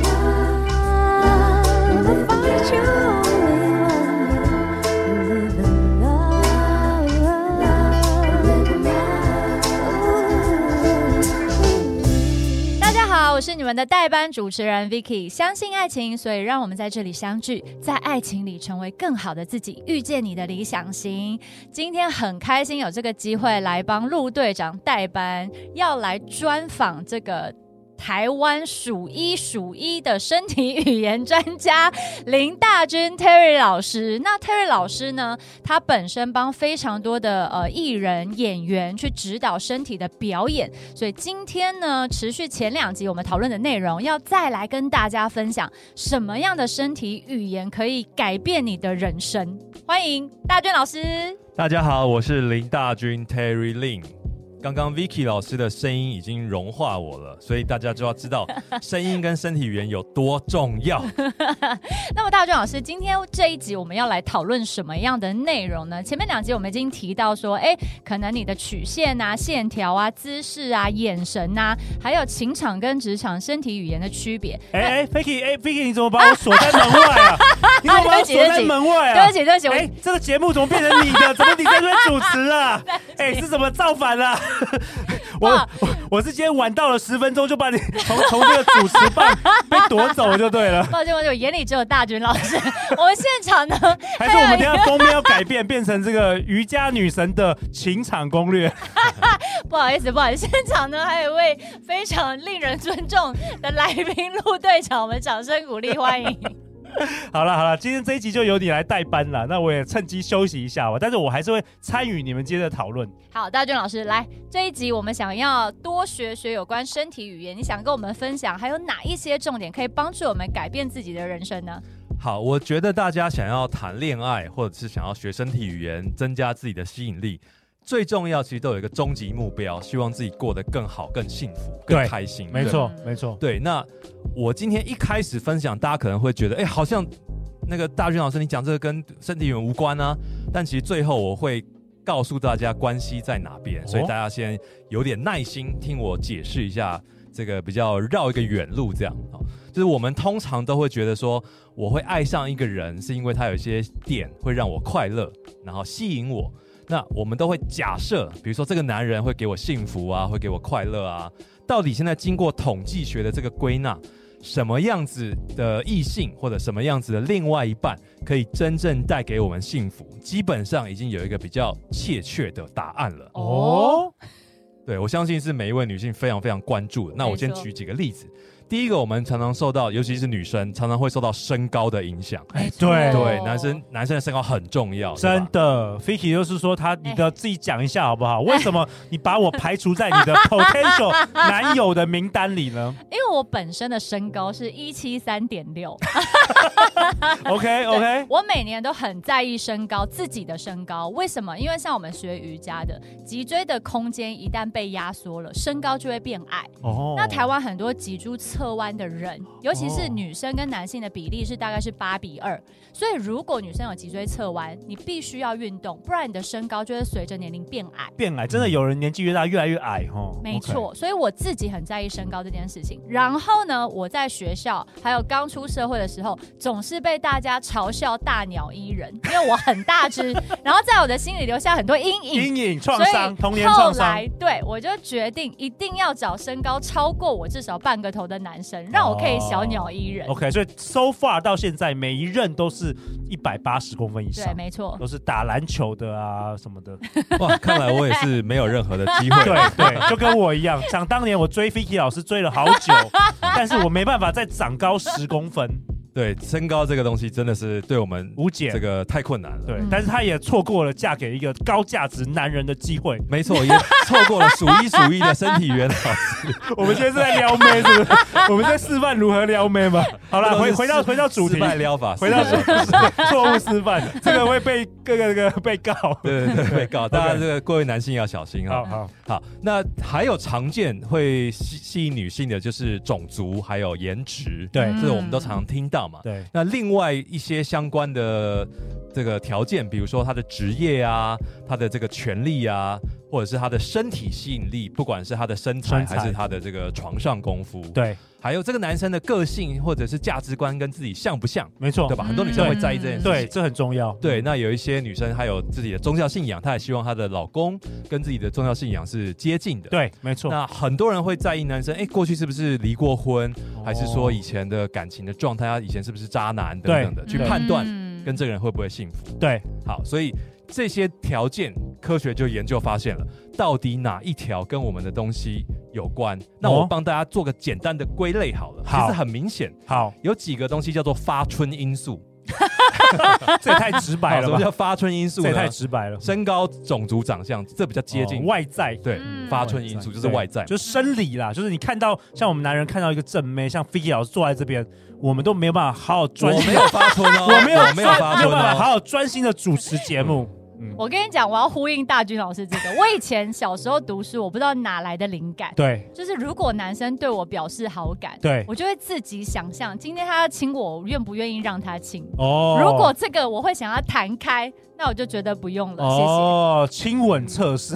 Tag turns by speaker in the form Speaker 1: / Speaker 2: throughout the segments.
Speaker 1: Love, find you only one. Live in love, live in love.
Speaker 2: 大家好，我是你们的代班主持人 Vicky。相信爱情，所以让我们在这里相聚，在爱情里成为更好的自己，遇见你的理想型。今天很开心有这个机会来帮陆队长代班，要来专访这个。台湾数一数一的身体语言专家林大军 Terry 老师，那 Terry 老师呢？他本身帮非常多的呃艺人、演员去指导身体的表演，所以今天呢，持续前两集我们讨论的内容，要再来跟大家分享什么样的身体语言可以改变你的人生。欢迎大娟老师。
Speaker 3: 大家好，我是林大军 Terry Lin。刚刚 Vicky 老师的声音已经融化我了，所以大家就要 知道声音跟身体语言有多重要。
Speaker 2: 那么大壮老师，今天这一集我们要来讨论什么样的内容呢？前面两集我们已经提到说，哎，可能你的曲线啊、线条啊、姿势啊、眼神啊，还有情场跟职场身体语言的区别。
Speaker 4: 哎哎，Vicky，哎，Vicky，你怎么把 我锁在门外啊？你怎么把我锁在门外
Speaker 2: 对
Speaker 4: 啊
Speaker 2: 不？起，对不起，我、
Speaker 4: 哎，这个节目怎么变成你 的？怎么你在这边主持啊？哎，是怎么造反了、
Speaker 2: 哇
Speaker 4: 我我我是今天晚到了十分钟就把你从从这个主持棒被夺走就对了。
Speaker 2: 抱歉，抱歉，我眼里只有大军老师。我们现场呢，
Speaker 4: 还是我们等一下封面要改变，变成这个瑜伽女神的情场攻略。
Speaker 2: 不好意思，不好意思，现场呢还有一位非常令人尊重的来宾陆队长，我们掌声鼓励欢迎。
Speaker 4: 好了好了，今天这一集就由你来代班了，那我也趁机休息一下吧。但是我还是会参与你们今天的讨论。
Speaker 2: 好，大俊老师，来这一集我们想要多学学有关身体语言，你想跟我们分享还有哪一些重点可以帮助我们改变自己的人生呢？
Speaker 3: 好，我觉得大家想要谈恋爱，或者是想要学身体语言，增加自己的吸引力，最重要其实都有一个终极目标，希望自己过得更好、更幸福、更
Speaker 4: 对
Speaker 3: 开心。
Speaker 4: 没
Speaker 3: 对
Speaker 4: 错没错，
Speaker 3: 对，那我今天一开始分享，大家可能会觉得，哎、好像那个大军老师你讲这个跟身体语言无关啊，但其实最后我会告诉大家关系在哪边，所以
Speaker 4: 哦
Speaker 3: 大家先有点耐心听我解释一下这个比较绕一个远路这样哦。就是我们通常都会觉得说，我会爱上一个人是因为他有一些点会让我快乐，然后吸引我。那我们都会假设，比如说这个男人会给我幸福啊，会给我快乐啊。到底现在经过统计学的这个归纳，什么样子的异性或者什么样子的另外一半可以真正带给我们幸福？基本上已经有一个比较切确的答案了。
Speaker 4: 哦，
Speaker 3: 对，我相信是每一位女性非常非常关注的。那我先
Speaker 2: 没错
Speaker 3: 举几个例子。第一个，我们常常受到，尤其是女生，常常会受到身高的影响。
Speaker 4: 哎，
Speaker 2: 没
Speaker 4: 对
Speaker 2: 错
Speaker 3: 对，男生男生的身高很重要，对吧
Speaker 4: 真的，Fiki 就是说他，你的自己讲一下好不好？为什么你把我排除在你的 potential 男友的名单里呢
Speaker 2: 因为我本身的身高是一七三点六
Speaker 4: ？OK
Speaker 2: 对
Speaker 4: OK，
Speaker 2: 我每年都很在意身高，自己的身高。为什么？因为像我们学瑜伽的，脊椎的空间一旦被压缩了，身高就会变矮。
Speaker 4: 哦
Speaker 2: 那台湾很多脊柱侧弯的人，尤其是女生跟男性的比例是大概是八比二，所以如果女生有脊椎侧弯，你必须要运动，不然你的身高就会随着年龄变矮。
Speaker 4: 变矮，真的有人年纪越大越来越矮哦。
Speaker 2: 没
Speaker 4: OK，
Speaker 2: 错，所以我自己很在意身高这件事情。然后呢，我在学校还有刚出社会的时候，总是被大家嘲笑大鸟依人，因为我很大只，然后在我的心里留下很多阴影。
Speaker 4: 阴影创
Speaker 2: 所以
Speaker 4: 伤，童年
Speaker 2: 后
Speaker 4: 创伤
Speaker 2: 来，，对我就决定一定要找身高超过我至少半个头的男生，让我可以小鸟依人。
Speaker 4: OK，所以 so far 到现在，每一任都是一百八十公分以
Speaker 2: 对，
Speaker 4: 上，
Speaker 2: 没错。
Speaker 4: 都是打篮球的啊什么的。
Speaker 3: 哇，看来我也是没有任何的机会。
Speaker 4: 对对，就跟我一样，想当年我追 Fiki 老师追了好 久，但是我没办法再长高十公分，
Speaker 3: 对，身高这个东西真的是对我们
Speaker 4: 无解
Speaker 3: 这。个太困难了。
Speaker 4: 对
Speaker 2: 嗯，
Speaker 4: 但是她也错过了嫁给一个高价值男人的机会。
Speaker 3: 没错，也错过了数一数一的身体语言老师。
Speaker 4: 我们现在是在撩妹，是不是？ 我们在示范如何撩妹嘛。好了，回回到回到主
Speaker 3: 失
Speaker 4: 题，
Speaker 3: 败撩法，
Speaker 4: 回到
Speaker 3: 失败
Speaker 4: 主题，错误 示范，这个会被各个这个被告。
Speaker 3: 对对对，被告，大家这个各位男性要小心
Speaker 4: 好。
Speaker 3: 哈
Speaker 4: 好，
Speaker 3: 好，那还有常见会吸吸引女性的就是种族还有颜值，
Speaker 4: 对
Speaker 3: 这个我们都常听到嘛。
Speaker 4: 对，
Speaker 3: 那另外一些相关的这个条件，比如说他的职业啊，他的这个权利啊，或者是他的身体吸引力，不管是他的身材
Speaker 4: 身材
Speaker 3: 还是他的这个床上功夫，，
Speaker 4: 对，
Speaker 3: 还有这个男生的个性或者是价值观跟自己像不像，
Speaker 4: 没错
Speaker 3: 对，吧？很多女生会在意这件事情。
Speaker 4: 哦嗯对，这很重要。
Speaker 3: 对，那有一些女生她有自己的宗教信仰，她也希望她的老公跟自己的宗教信仰是接近的。，
Speaker 4: 对，没错，
Speaker 3: 那很多人会在意男生，哎，过去是不是离过婚，还是说
Speaker 4: 哦
Speaker 3: 以前的感情的状态，啊他以前是不是渣男等
Speaker 4: 对
Speaker 3: 等的，去
Speaker 4: 对
Speaker 3: 判断
Speaker 2: 嗯
Speaker 3: 跟这个人会不会幸福。
Speaker 4: 哦对
Speaker 3: 好，所以这些条件，科学就研究发现了，到底哪一条跟我们的东西有关？那我
Speaker 4: 哦
Speaker 3: 帮大家做个简单的归类好了。
Speaker 4: 好
Speaker 3: 其实很明显，
Speaker 4: 好，
Speaker 3: 有几个东西叫做发春因素。
Speaker 4: 这也太直白
Speaker 3: 好
Speaker 4: 了
Speaker 3: 什么叫
Speaker 4: 吧？
Speaker 3: 发春因素
Speaker 4: 这也
Speaker 3: 呢
Speaker 4: 太？直白了，
Speaker 3: 身高、种族、长相，这比较接近。
Speaker 4: 哦外在。
Speaker 3: 对，
Speaker 2: 嗯
Speaker 3: 发春因素就是
Speaker 4: 对
Speaker 3: 外在。
Speaker 4: 就是生理啦，就是你看到像我们男人看到一个正妹，像 Fiki 老师坐在这边，我们都没有办法好好专
Speaker 3: 我
Speaker 4: 心
Speaker 3: 没，有发春哦，我没有没有发
Speaker 4: 没有
Speaker 3: 春
Speaker 4: 办法好
Speaker 3: 哦。
Speaker 4: 好专心的主持节目。
Speaker 2: 我跟你讲，我要呼应大军老师这个。我以前小时候读书，我不知道哪来的灵感，
Speaker 4: 对
Speaker 2: 就是如果男生对我表示好感，
Speaker 4: 对
Speaker 2: 我就会自己想象，今天他要亲我，我愿不愿意让他亲？
Speaker 3: 嗯
Speaker 4: 哦，
Speaker 2: 如果这个我会想要弹开，那我就觉得不用了，
Speaker 4: 哦，亲吻测试，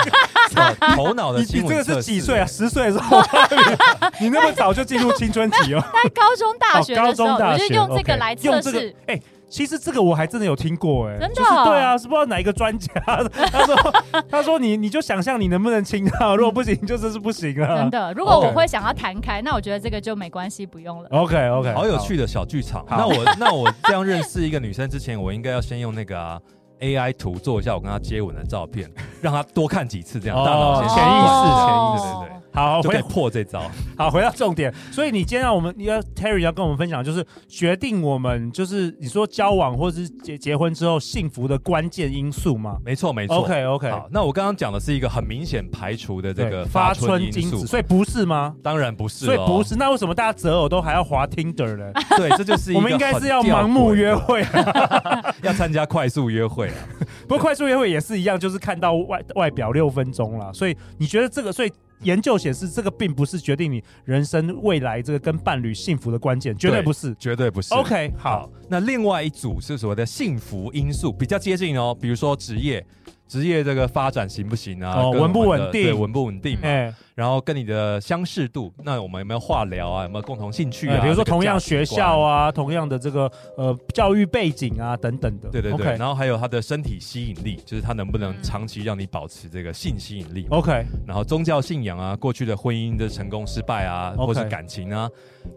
Speaker 3: 哦头脑的
Speaker 4: 你
Speaker 3: 新
Speaker 4: 你
Speaker 3: 闻
Speaker 4: 这个
Speaker 3: 测
Speaker 4: 是
Speaker 3: 试
Speaker 4: 几岁啊？？十岁的时候， 你那么早就进入青春期哦？
Speaker 2: 谢谢。在高中、 大学
Speaker 4: 哦
Speaker 2: 的
Speaker 4: 高
Speaker 2: 时候，
Speaker 4: 中大
Speaker 2: 我
Speaker 4: 学
Speaker 2: 就用这个
Speaker 4: OK
Speaker 2: 来测
Speaker 4: 用这个
Speaker 2: 试。
Speaker 4: 哎、其实这个我还真的有听过、哎，
Speaker 2: 真的
Speaker 4: 就是
Speaker 2: 哦
Speaker 4: 对啊，是不知道哪一个专家， 他说他说你你就想象你能不能亲 他，如果不行就真是不行
Speaker 2: 真
Speaker 4: 了。
Speaker 2: 的，如果我会想要弹开，那我觉得这个就没关系，不用了。
Speaker 4: OK OK，
Speaker 3: 好有趣的小剧场。
Speaker 4: 好
Speaker 3: 那我 那我这样认识一个女生之前，我应该要先用那个啊 AI 图做一下我跟她接吻的照片， 让她多看几次，这样
Speaker 4: 哦
Speaker 3: 大脑先
Speaker 4: 潜意识
Speaker 3: 哦对对对。
Speaker 4: 好
Speaker 3: 就可以
Speaker 4: 回
Speaker 3: 破这招，
Speaker 4: 好回到重点，所以你今天让我们你要 Terry 要跟我们分享，就是决定我们就是你说交往或者是结结婚之后幸福的关键因素吗
Speaker 3: 没错没错。
Speaker 4: ？OK OK，
Speaker 3: 好，那我刚刚讲的是一个很明显排除的这个
Speaker 4: 发
Speaker 3: 发
Speaker 4: 春
Speaker 3: 春
Speaker 4: 因
Speaker 3: 因素
Speaker 4: 子，，所以不是吗？
Speaker 3: 当然不是哦
Speaker 4: 所
Speaker 3: 咯，
Speaker 4: 以不是，那为什么大家择偶都还要滑 Tinder 呢？
Speaker 3: 对，这 就是一个
Speaker 4: 我们应该
Speaker 3: 很
Speaker 4: 是要
Speaker 3: 吊
Speaker 4: 盲目
Speaker 3: 诡
Speaker 4: 约
Speaker 3: 的，
Speaker 4: 会，啊
Speaker 3: 要参加快速约会啊。
Speaker 4: 不过快速约会也是一样，就是看到外外表六分钟啦。所以你觉得这个，所以研究显示这个并不是决定你人生未来这个跟伴侣幸福的关键，绝对不是。
Speaker 3: 绝对不是。
Speaker 4: OK，好，，
Speaker 3: 那另外一组是所谓的幸福因素，比较接近哦，比如说职业。职业这个发展行不行啊？
Speaker 4: 哦
Speaker 3: 跟我们的
Speaker 4: 稳不稳定
Speaker 3: 对，稳不稳定嘛？
Speaker 4: 哎、
Speaker 3: 然后跟你的相似度，那我们有没有话聊啊？有没有共同兴趣
Speaker 4: 哎
Speaker 3: 啊？
Speaker 4: 比如说
Speaker 3: 这个
Speaker 4: 同样
Speaker 3: 价值观
Speaker 4: 学校，啊，同样的这个呃教育背景啊等等的。
Speaker 3: 对对对。
Speaker 4: OK
Speaker 3: 然后还有他的身体吸引力，就是他能不能
Speaker 2: 嗯
Speaker 3: 长期让你保持这个性吸引力？
Speaker 4: OK，
Speaker 3: 然后宗教信仰啊，过去的婚姻的成功失败啊，
Speaker 4: OK
Speaker 3: 或是感情啊，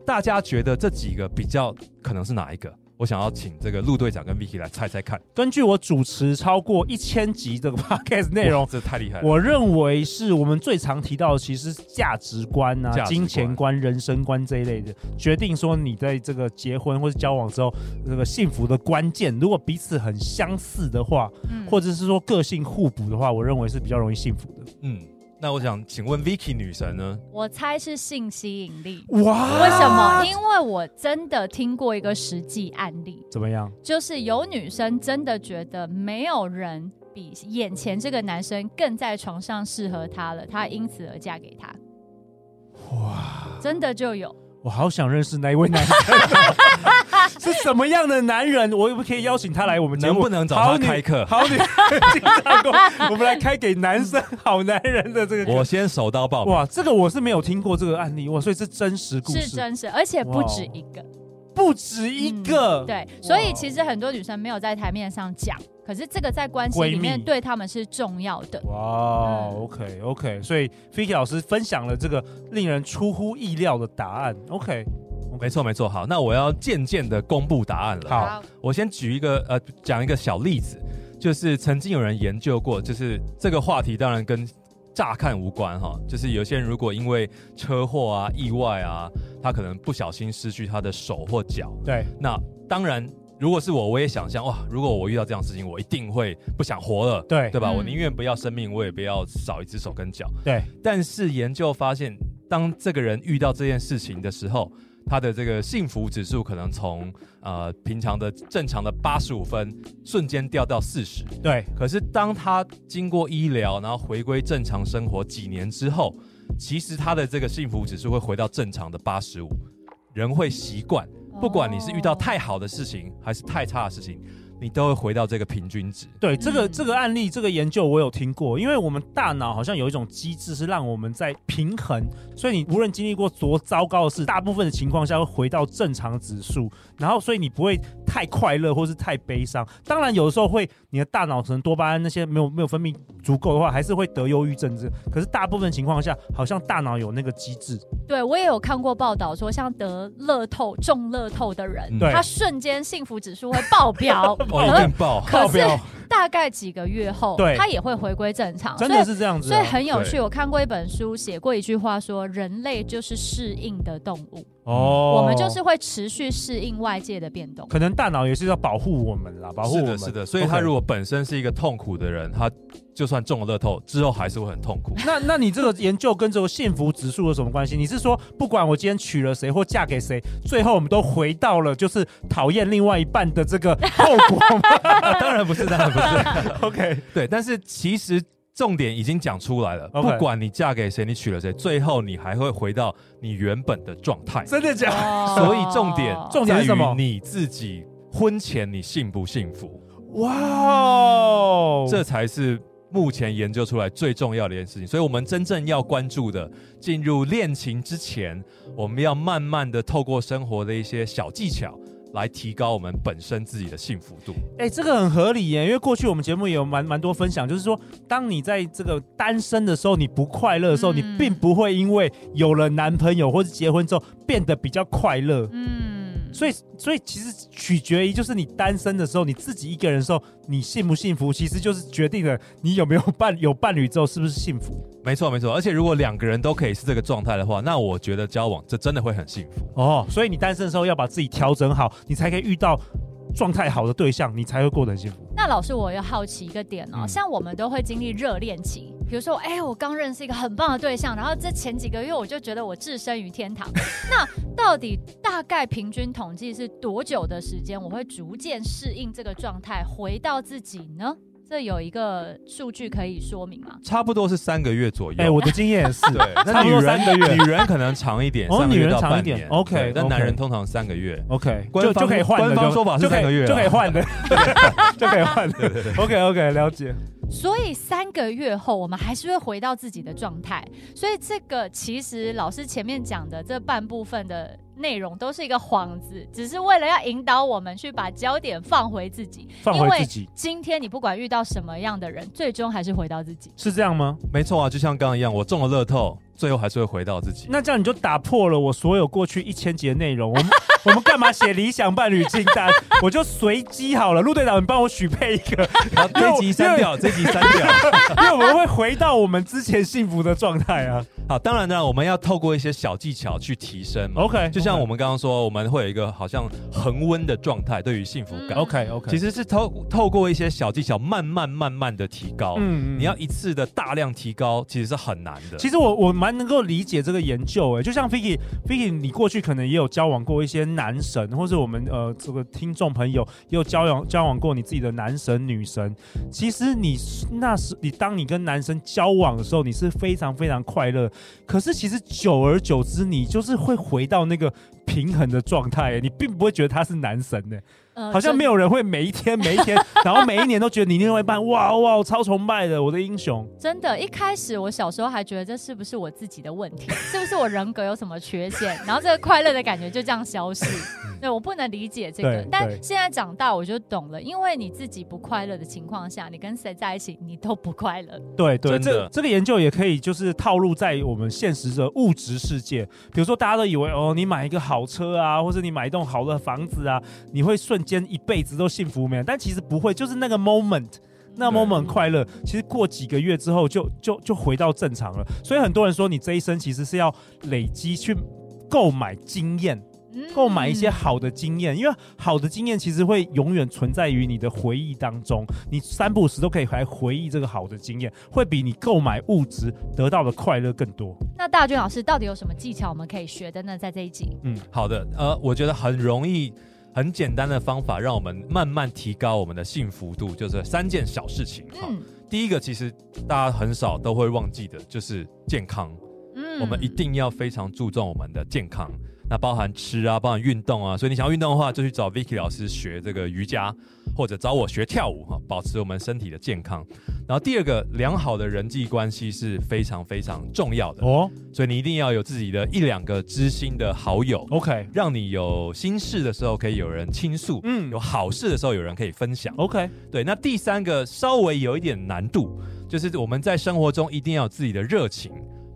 Speaker 3: 大家觉得这几个比较可能是哪一个？我想要请这个陆队长跟 Vicky 来猜猜看。
Speaker 4: 根据我主持超过一千集这个 podcast 内容
Speaker 3: 哇，这太厉害了。
Speaker 4: 我认为是我们最常提到的，其实是价值观啊、
Speaker 3: 价值观
Speaker 4: 金钱观、人生观这一类的，决定说你在这个结婚或者交往之后，这个幸福的关键。如果彼此很相似的话，
Speaker 2: 嗯
Speaker 4: 或者是说个性互补的话，我认为是比较容易幸福的。
Speaker 3: 嗯，那我想请问 Vicky 女神呢？
Speaker 2: 我猜是性吸引力。
Speaker 4: 哇
Speaker 2: 为什么？因为我真的听过一个实际案例，
Speaker 4: 怎么样？
Speaker 2: 就是有女生真的觉得没有人比眼前这个男生更在床上适合她了，她因此而嫁给他。哇，真的就有。
Speaker 4: 我好想认识那一位 男生，是什么样的男人？我们可以邀请他来我们节目，
Speaker 3: 能不能找他
Speaker 4: 好女
Speaker 3: 开课
Speaker 4: 好女经常工，我们来开给男生好男人的这个课。
Speaker 3: 我先手刀报名。
Speaker 4: 哇，这个我是没有听过这个案例，哇，所以是真实故事，
Speaker 2: 是真实，而且不止一个，
Speaker 4: 不止一个，
Speaker 2: 嗯对，所以其实很多女生没有在台面上讲，可是这个在关系里
Speaker 4: 闺
Speaker 2: 面
Speaker 4: 蜜
Speaker 2: 对她们是重要的。
Speaker 4: 哇
Speaker 2: 嗯
Speaker 4: ，OK OK，所以 Fiki 老师分享了这个令人出乎意料的答案，OK，
Speaker 3: 没错没错，好，那我要渐渐的公布答案了。
Speaker 4: 好
Speaker 3: 我先举一个呃，讲一个小例子，就是曾经有人研究过，就是这个话题当然跟乍看无关哈，就是有些人如果因为车祸啊、意外啊，他可能不小心失去他的手或脚，
Speaker 4: 对，
Speaker 3: 那当然。如果是我，我也想象哇，如果我遇到这样的事情，我一定会不想活了，
Speaker 4: 对
Speaker 3: 对吧？
Speaker 2: 嗯
Speaker 3: 我宁愿不要生命，我也不要少一只手跟脚。
Speaker 4: 对，
Speaker 3: 但是研究发现，当这个人遇到这件事情的时候，他的这个幸福指数可能从呃平常的正常的八十五分瞬间掉到四十。
Speaker 4: 对，
Speaker 3: 可是当他经过医疗，然后回归正常生活几年之后，其实他的这个幸福指数会回到正常的八十
Speaker 2: 哦
Speaker 3: 五。人会习惯，不管你是遇到太好的事情还是太差的事情，你都会回到这个平均值。
Speaker 4: 对这个
Speaker 2: 嗯
Speaker 4: 这个案例，这个研究我有听过，因为我们大脑好像有一种机制是让我们在平衡，所以你无论经历过多糟糕的事，大部分的情况下会回到正常指数，然后所以你不会太快乐或是太悲伤。当然有的时候会，你的大脑可能多巴胺那些没有没有分泌足够的话，还是会得忧郁症之类。可是大部分情况下，好像大脑有那个机制，
Speaker 2: 对我也有看过报道说，像得乐透中乐透的人，
Speaker 3: 嗯
Speaker 4: 对
Speaker 2: 他瞬间幸福指数会爆 表，
Speaker 3: 哦，一定爆！
Speaker 2: 可
Speaker 4: 靠
Speaker 2: 是
Speaker 4: 标
Speaker 2: 大概几个月后
Speaker 4: 对，
Speaker 2: 他也会回归正常。
Speaker 4: 真
Speaker 2: 所以
Speaker 4: 的是这样子
Speaker 2: 所以
Speaker 4: 啊、
Speaker 2: 很有趣，
Speaker 3: 对
Speaker 2: 我看过一本书，写过一句话说，人类就是适应的动物，
Speaker 4: 哦
Speaker 2: 我们就是会持续适应外界的变动。
Speaker 4: 可能大脑也是要保护我们啦，保护我
Speaker 3: 是
Speaker 4: 们
Speaker 3: 的，是的。所以他
Speaker 4: OK
Speaker 3: 如果本身是一个痛苦的人，他就算中了乐透之后还是会很痛苦。
Speaker 4: 那那你这个研究跟这个幸福指数有什么关系？你是说不管我今天娶了谁或嫁给谁，最后我们都回到了就是讨厌另外一半的这 个后果吗
Speaker 3: 当然不是，当然不是。
Speaker 4: ？OK，
Speaker 3: 对，但是其实重点已经讲出来了。
Speaker 4: OK
Speaker 3: 不管你嫁给谁，你娶了谁，最后你还会回到你原本的状态。
Speaker 4: 真的假的？
Speaker 2: 哦
Speaker 3: 所以啊重点
Speaker 4: 重点是什么
Speaker 3: 在于你自己婚前你幸不幸福，
Speaker 4: 哇哦，
Speaker 3: 这才是。目前研究出来最重要的一件事情，所以我们真正要关注的，进入恋情之前，我们要慢慢的透过生活的一些小技巧，来提高我们本身自己的幸福度。
Speaker 4: 哎、这个很合理耶，因为过去我们节目也有蛮蛮多分享，就是说，当你在这个单身的时候，你不快乐的时候，
Speaker 2: 嗯
Speaker 4: 你并不会因为有了男朋友或者结婚之后变得比较快乐。
Speaker 2: 嗯，
Speaker 4: 所以，所以其实取决于就是你单身的时候，你自己一个人的时候，你幸不幸福，其实就是决定了你有没有伴有伴侣之后是不是幸福。
Speaker 3: 没错，没错。而且如果两个人都可以是这个状态的话，那我觉得交往这真的会很幸福。
Speaker 4: 哦，所以你单身的时候要把自己调整好，你才可以遇到状态好的对象，你才会过得很幸福。
Speaker 2: 那老师，我又好奇一个点哦，
Speaker 3: 嗯
Speaker 2: 像我们都会经历热恋期，比如说，哎、我刚认识一个很棒的对象，然后这前几个月我就觉得我置身于天堂。那到底大概平均统计是多久的时间，我会逐渐适应这个状态，回到自己呢？这有一个数据可以说明吗？
Speaker 3: 差不多是三个月左右。
Speaker 4: 哎、我的经验 也是，
Speaker 3: 对，
Speaker 4: 差不
Speaker 3: 那女
Speaker 4: 多
Speaker 3: 人
Speaker 4: 三个月
Speaker 3: 女人可能长一点，
Speaker 4: 哦
Speaker 3: 三个
Speaker 4: 女
Speaker 3: 月
Speaker 4: 人
Speaker 3: 到
Speaker 4: 长一
Speaker 3: 半
Speaker 4: 点
Speaker 3: 年。
Speaker 4: ，OK，
Speaker 3: 对但
Speaker 4: OK
Speaker 3: 男人通常三个月。
Speaker 4: OK，
Speaker 3: 官
Speaker 4: 就
Speaker 3: 方
Speaker 4: 就可以换了，
Speaker 3: 官方
Speaker 4: 就
Speaker 3: 说法是
Speaker 4: 就可以
Speaker 3: 三个月啊
Speaker 4: 就可以换 的，就可以换的。OK OK，了解。
Speaker 2: 所以三个月后，我们还是会回到自己的状态。所以这个其实老师前面讲的这半部分的内容都是一个幌子，只是为了要引导我们去把焦点放回自己。
Speaker 4: 放
Speaker 2: 因
Speaker 4: 回
Speaker 2: 为
Speaker 4: 自己
Speaker 2: 今天你不管遇到什么样的人，最终还是回到自己。
Speaker 4: 是这样吗？
Speaker 3: 没错啊，就像刚刚一样，我中了乐透，最后还是会回到自己。
Speaker 4: 那这样你就打破了我所有过去一千集的内容。我们 我们干嘛写理想伴侣清单？我就随机好了。陆队长，你帮我许配一个，
Speaker 3: 然后啊这集删掉，这集删
Speaker 4: 因
Speaker 3: 掉。
Speaker 4: 为我们会回到我们之前幸福的状态啊。
Speaker 3: 好，当然呢，我们要透过一些小技巧去提升嘛。
Speaker 4: OK，
Speaker 3: 就像我们刚刚说，我们会有一个好像恒温的状态，对于幸福感。
Speaker 2: 嗯
Speaker 4: OK OK，
Speaker 3: 其实是透透过一些小技巧，慢慢慢慢的提高。
Speaker 4: 嗯
Speaker 3: 你要一次的大量提高，其实是很难的。
Speaker 4: 其实我我蛮能够理解这个研究欸诶，就像 Vicky Vicky，你过去可能也有交往过一些男神，或是我们呃这个听众朋友也有交往交往过你自己的男神女神。其实你那时你当你跟男生交往的时候，你是非常非常快乐，可是其实久而久之，你就是会回到那个。平衡的状态欸耶，你并不会觉得他是男神呢，
Speaker 2: 呃
Speaker 4: 好像没
Speaker 2: 有。
Speaker 4: 有人会每一天每一天， 然后每一年都觉得你另外一半哇哇，我超崇拜的，我的英雄。
Speaker 2: 真的，一开始我小时候还觉得这是不是我自己的问题， 是不是我人格有什么缺陷，然后这个快乐的感觉就这样消失。对我不能理解这个
Speaker 4: 嗯对，
Speaker 2: 但
Speaker 4: 对
Speaker 2: 现在长大我就懂了，因为你自己不快乐的情况下，你跟谁在一起你都不快乐。
Speaker 4: 对对，
Speaker 3: 真的
Speaker 4: 这这个研究也可以就是套路在我们现实的物质世界，比如说大家都以为哦，你买一个好车啊，或者你买一栋好的房子啊，你会瞬间一辈子都幸福美满，但其实不会，就是那个 moment。那
Speaker 3: 对
Speaker 4: moment 很快乐，其实过几个月之后就就就回到正常了。所以很多人说，你这一生其实是要累积去购买经验，
Speaker 2: 嗯
Speaker 4: 购买一些好的经验，因为好的经验其实会永远存在于你的回忆当中，你三不五时都可以来回忆这个好的经验，会比你购买物质得到的快乐更多。
Speaker 2: 那大军老师到底有什么技巧我们可以学的呢？在这一集，
Speaker 3: 好的，呃，我觉得很容易、很简单的方法，让我们慢慢提高我们的幸福度，就是三件小事情。好，
Speaker 2: 嗯
Speaker 3: 第一个其实大家很少都会忘记的，就是健康。
Speaker 2: 嗯
Speaker 3: 我们一定要非常注重我们的健康，那包含吃啊，包含运动啊。所以你想要运动的话，就去找 Vicky 老师学这个瑜伽，或者找我学跳舞哈，保持我们身体的健康。然后第二个，良好的人际关系是非常非常重要的，
Speaker 4: 哦
Speaker 3: 所以你一定要有自己的一两个知心的好友，
Speaker 4: ，OK，
Speaker 3: 让你有心事的时候可以有人倾诉，
Speaker 4: 嗯
Speaker 3: 有好事的时候有人可以分享。
Speaker 4: ，OK，
Speaker 3: 对，那第三个稍微有一点难度，就是我们在生活中一定要有自己的热情，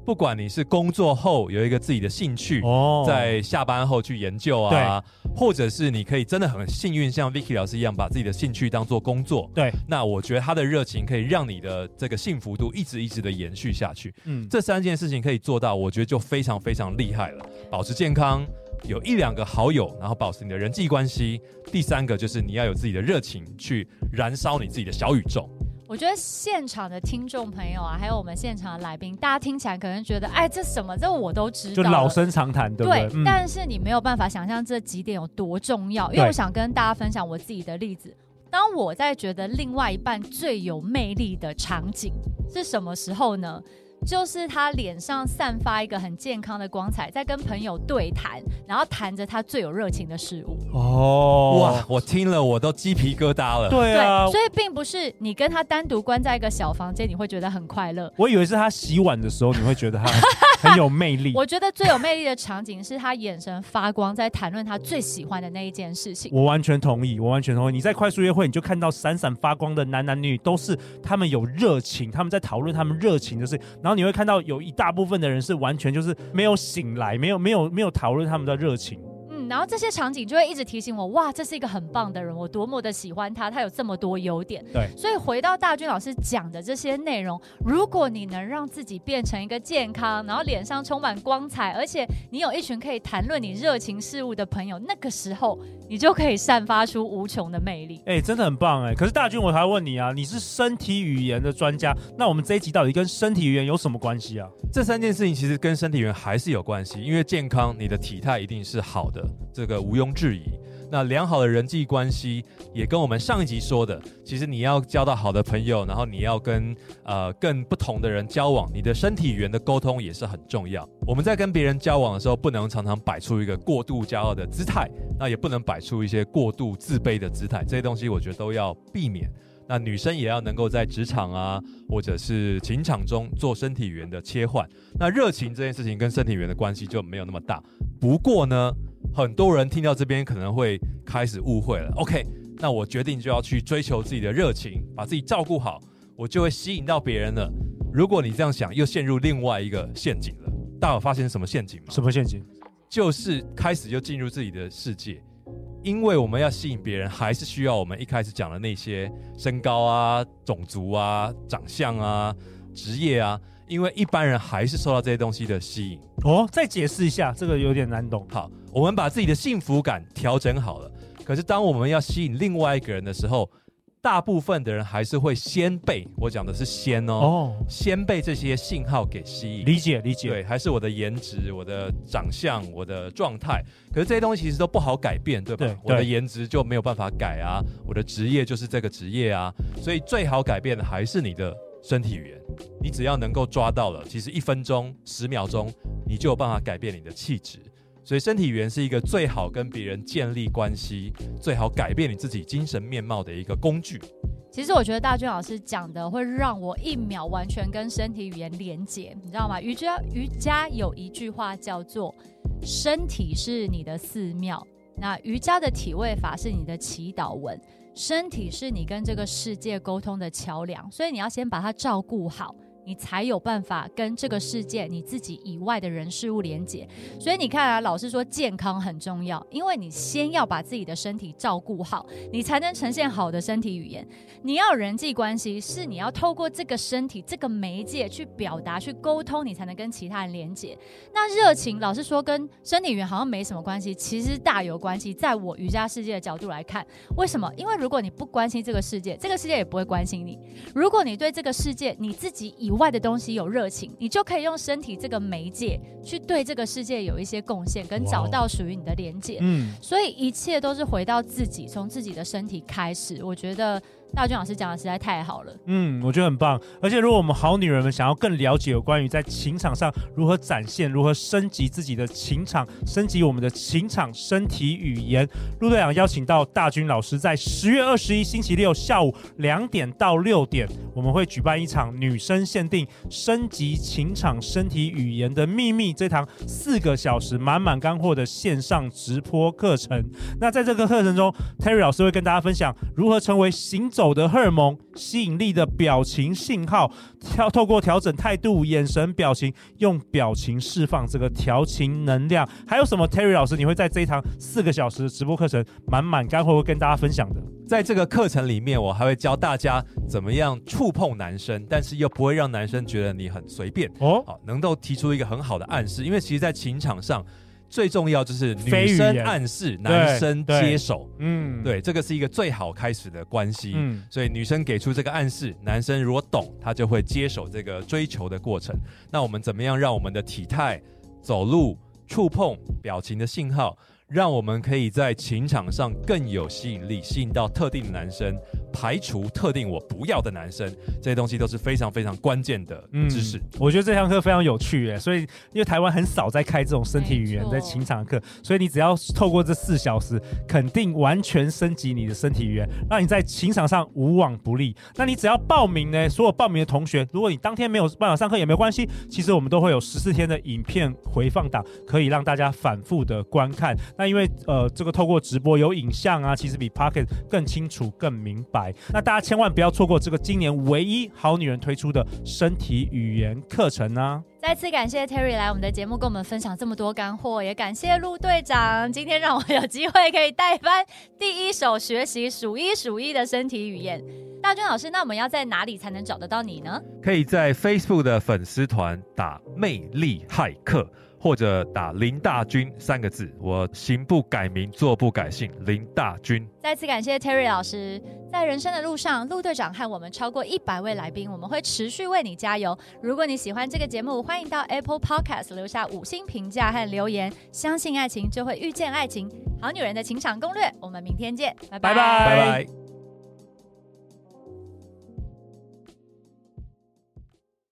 Speaker 3: 不管你是工作后有一个自己的兴趣。
Speaker 4: 哦，
Speaker 3: 在下班后去研究啊，或者是你可以真的很幸运，像 Vicky 老师一样，把自己的兴趣当做工作。
Speaker 4: 对，
Speaker 3: 那我觉得他的热情可以让你的这个幸福度一直一直的延续下去。
Speaker 4: 嗯，
Speaker 3: 这三件事情可以做到，我觉得就非常非常厉害了。保持健康，有一两个好友，然后保持你的人际关系。第三个就是你要有自己的热情，去燃烧你自己的小宇宙。
Speaker 2: 我觉得现场的听众朋友啊，还有我们现场的来宾，大家听起来可能觉得，哎，这什么？这我都知
Speaker 4: 就
Speaker 2: 道了。
Speaker 4: 老生常谈，对不对？嗯
Speaker 2: 但是你没有办法想象这几点有多重要，因为
Speaker 4: 对
Speaker 2: 我想跟大家分享我自己的例子。当我在觉得另外一半最有魅力的场景是什么时候呢？就是他脸上散发一个很健康的光彩，在跟朋友对谈，然后谈着他最有热情的事物。
Speaker 4: 哦，
Speaker 3: 哇，，我听了我都鸡皮疙瘩了。
Speaker 4: 对啊，
Speaker 2: 所以并不是你跟他单独关在一个小房间，你会觉得很快乐。
Speaker 4: 我以为是他洗碗的时候，你会觉得他很 很有魅力。
Speaker 2: 我觉得最有魅力的场景是他眼神发光，在谈论他最喜欢的那一件事情。
Speaker 4: 我完全同意，我完全同意。你在快速约会，你就看到闪闪发光的男男女女，都是他们有热情，他们在讨论他们热情的事。然后你会看到有一大部分的人是完全就是没有醒来，没有没有没有讨论他们的热情。
Speaker 2: 嗯，然后这些场景就会一直提醒我，哇，这是一个很棒的人，我多么的喜欢他，他有这么多优点。
Speaker 4: 对
Speaker 2: 所以回到大军老师讲的这些内容，如果你能让自己变成一个健康，然后脸上充满光彩，而且你有一群可以谈论你热情事物的朋友，那个时候你就可以散发出无穷的魅力。
Speaker 4: 哎、真的很棒哎、可是大军，我还要问你啊，你是身体语言的专家，那我们这一集到底跟身体语言有什么关系啊？
Speaker 3: 这三件事情其实跟身体语言还是有关系，因为健康，你的体态一定是好的，这个毋庸置疑。那良好的人际关系也跟我们上一集说的，其实你要交到好的朋友，然后你要跟呃更不同的人交往，你的身体语言的沟通也是很重要。我们在跟别人交往的时候，不能常常摆出一个过度骄傲的姿态，那也不能摆出一些过度自卑的姿态，这些东西我觉得都要避免。那女生也要能够在职场啊，或者是情场中做身体语言的切换。那热情这件事情跟身体语言的关系就没有那么大。不过呢，很多人听到这边可能会开始误会了。OK，那我决定就要去追求自己的热情，把自己照顾好，我就会吸引到别人了。如果你这样想，又陷入另外一个陷阱了。大家有发现什么陷阱吗？
Speaker 4: 什么陷阱？
Speaker 3: 就是开始就进入自己的世界，因为我们要吸引别人，还是需要我们一开始讲的那些身高啊、种族啊、长相啊、职业啊，因为一般人还是受到这些东西的吸引。
Speaker 4: 哦，再解释一下，这个有点难懂。
Speaker 3: 好，我们把自己的幸福感调整好了，可是当我们要吸引另外一个人的时候，大部分的人还是会先被我讲的是先哦，
Speaker 4: 哦，
Speaker 3: 先被这些信号给吸引。
Speaker 4: 理解理解。
Speaker 3: 对，还是我的颜值、我的长相、我的状态。可是这些东西其实都不好改变，对吧？
Speaker 4: 对
Speaker 3: 我的
Speaker 4: 对
Speaker 3: 颜值就没有办法改啊，我的职业就是这个职业啊，所以最好改变的还是你的身体语言。你只要能够抓到了，其实一分钟、十秒钟，你就有办法改变你的气质。所以身体语言是一个最好跟别人建立关系、最好改变你自己精神面貌的一个工具。
Speaker 2: 其实我觉得大娟老师讲的会让我一秒完全跟身体语言连结，你知道吗？瑜伽瑜伽有一句话叫做“身体是你的寺庙”，那瑜伽的体位法是你的祈祷文，身体是你跟这个世界沟通的桥梁，所以你要先把它照顾好。你才有办法跟这个世界、你自己以外的人事物连接，所以你看啊，老师说健康很重要，因为你先要把自己的身体照顾好，你才能呈现好的身体语言。你要有人际关系，是你要透过这个身体这个媒介去表达、去沟通，你才能跟其他人连接。那热情，老实说，跟身体语言好像没什么关系，其实大有关系。在我瑜伽世界的角度来看，为什么？因为如果你不关心这个世界，这个世界也不会关心你。如果你对这个世界你自己以外的东西有热情，你就可以用身体这个媒介去对这个世界有一些贡献，跟
Speaker 4: 哇哦
Speaker 2: 找到属于你的连接。
Speaker 4: 嗯，
Speaker 2: 所以一切都是回到自己，从自己的身体开始。我觉得大俊老师讲的实在太好了，
Speaker 4: 嗯，我觉得很棒。而且，如果我们好女人们想要更了解有关于在情场上如何展现、如何升级自己的情场、升级我们的情场身体语言，陆队长邀请到大军老师，在十月二十一星期六下午两点到六点，我们会举办一场女生限定升级情场身体语言的秘密这堂四个小时满满干货的线上直播课程。那在这个课程中，Terry 老师会跟大家分享如何成为行走的荷尔蒙、吸引力的表情信号，调透过调整态度、眼神、表情，用表情释放这个调情能量。还有什么 Terry 老师你会在这一堂四个小时的直播课程满满干货会跟大家分享的？
Speaker 3: 在这个课程里面，我还会教大家怎么样触碰男生，但是又不会让男生觉得你很随便。
Speaker 4: 哦，
Speaker 3: 好，能够提出一个很好的暗示，因为其实，在情场上最重要就是
Speaker 4: 非
Speaker 3: 女
Speaker 4: 语
Speaker 3: 生
Speaker 4: 言
Speaker 3: 暗示，男生
Speaker 4: 对
Speaker 3: 接手，
Speaker 4: 嗯，
Speaker 3: 对，这个是一个最好开始的关系。
Speaker 4: 嗯，
Speaker 3: 所以女生给出这个暗示，男生如果懂，他就会接手这个追求的过程。那我们怎么样让我们的体态、走路、触碰、表情的信号，让我们可以在情场上更有吸引力，吸引到特定的男生，排除特定我不要的男生，这些东西都是非常非常关键的知识。
Speaker 4: 嗯我觉得这堂课非常有趣耶，所以因为台湾很少在开这种身体语言
Speaker 2: 没错
Speaker 4: 在情场的课，所以你只要透过这四小时，肯定完全升级你的身体语言，让你在情场上无往不利。那你只要报名呢，所有报名的同学，如果你当天没有办法上课也没关系，其实我们都会有十四天的影片回放档，可以让大家反复的观看。那因为呃，这个透过直播有影像啊，其实比 Pocket 更清楚、更明白。那大家千万不要错过这个今年唯一好女人推出的身体语言课程啊！
Speaker 2: 再次感谢 Terry 来我们的节目，跟我们分享这么多干货，也感谢陆队长，今天让我有机会可以代班第一手学习数一数一的身体语言。大俊老师，那我们要在哪里才能找得到你呢？
Speaker 3: 可以在 Facebook 的粉丝团打“魅力骇客”或者打“林大军”三个字。我行不改名，坐不改姓，林大军。
Speaker 2: 再次感谢 Terry 老师，在人生的路上，陆队长和我们超过一百位来宾，我们会持续为你加油。如果你喜欢这个节目，欢迎到 Apple Podcast 留下五星评价和留言。相信爱情，就会遇见爱情。好女人的情场攻略，我们明天见，拜
Speaker 4: 拜
Speaker 3: 拜拜。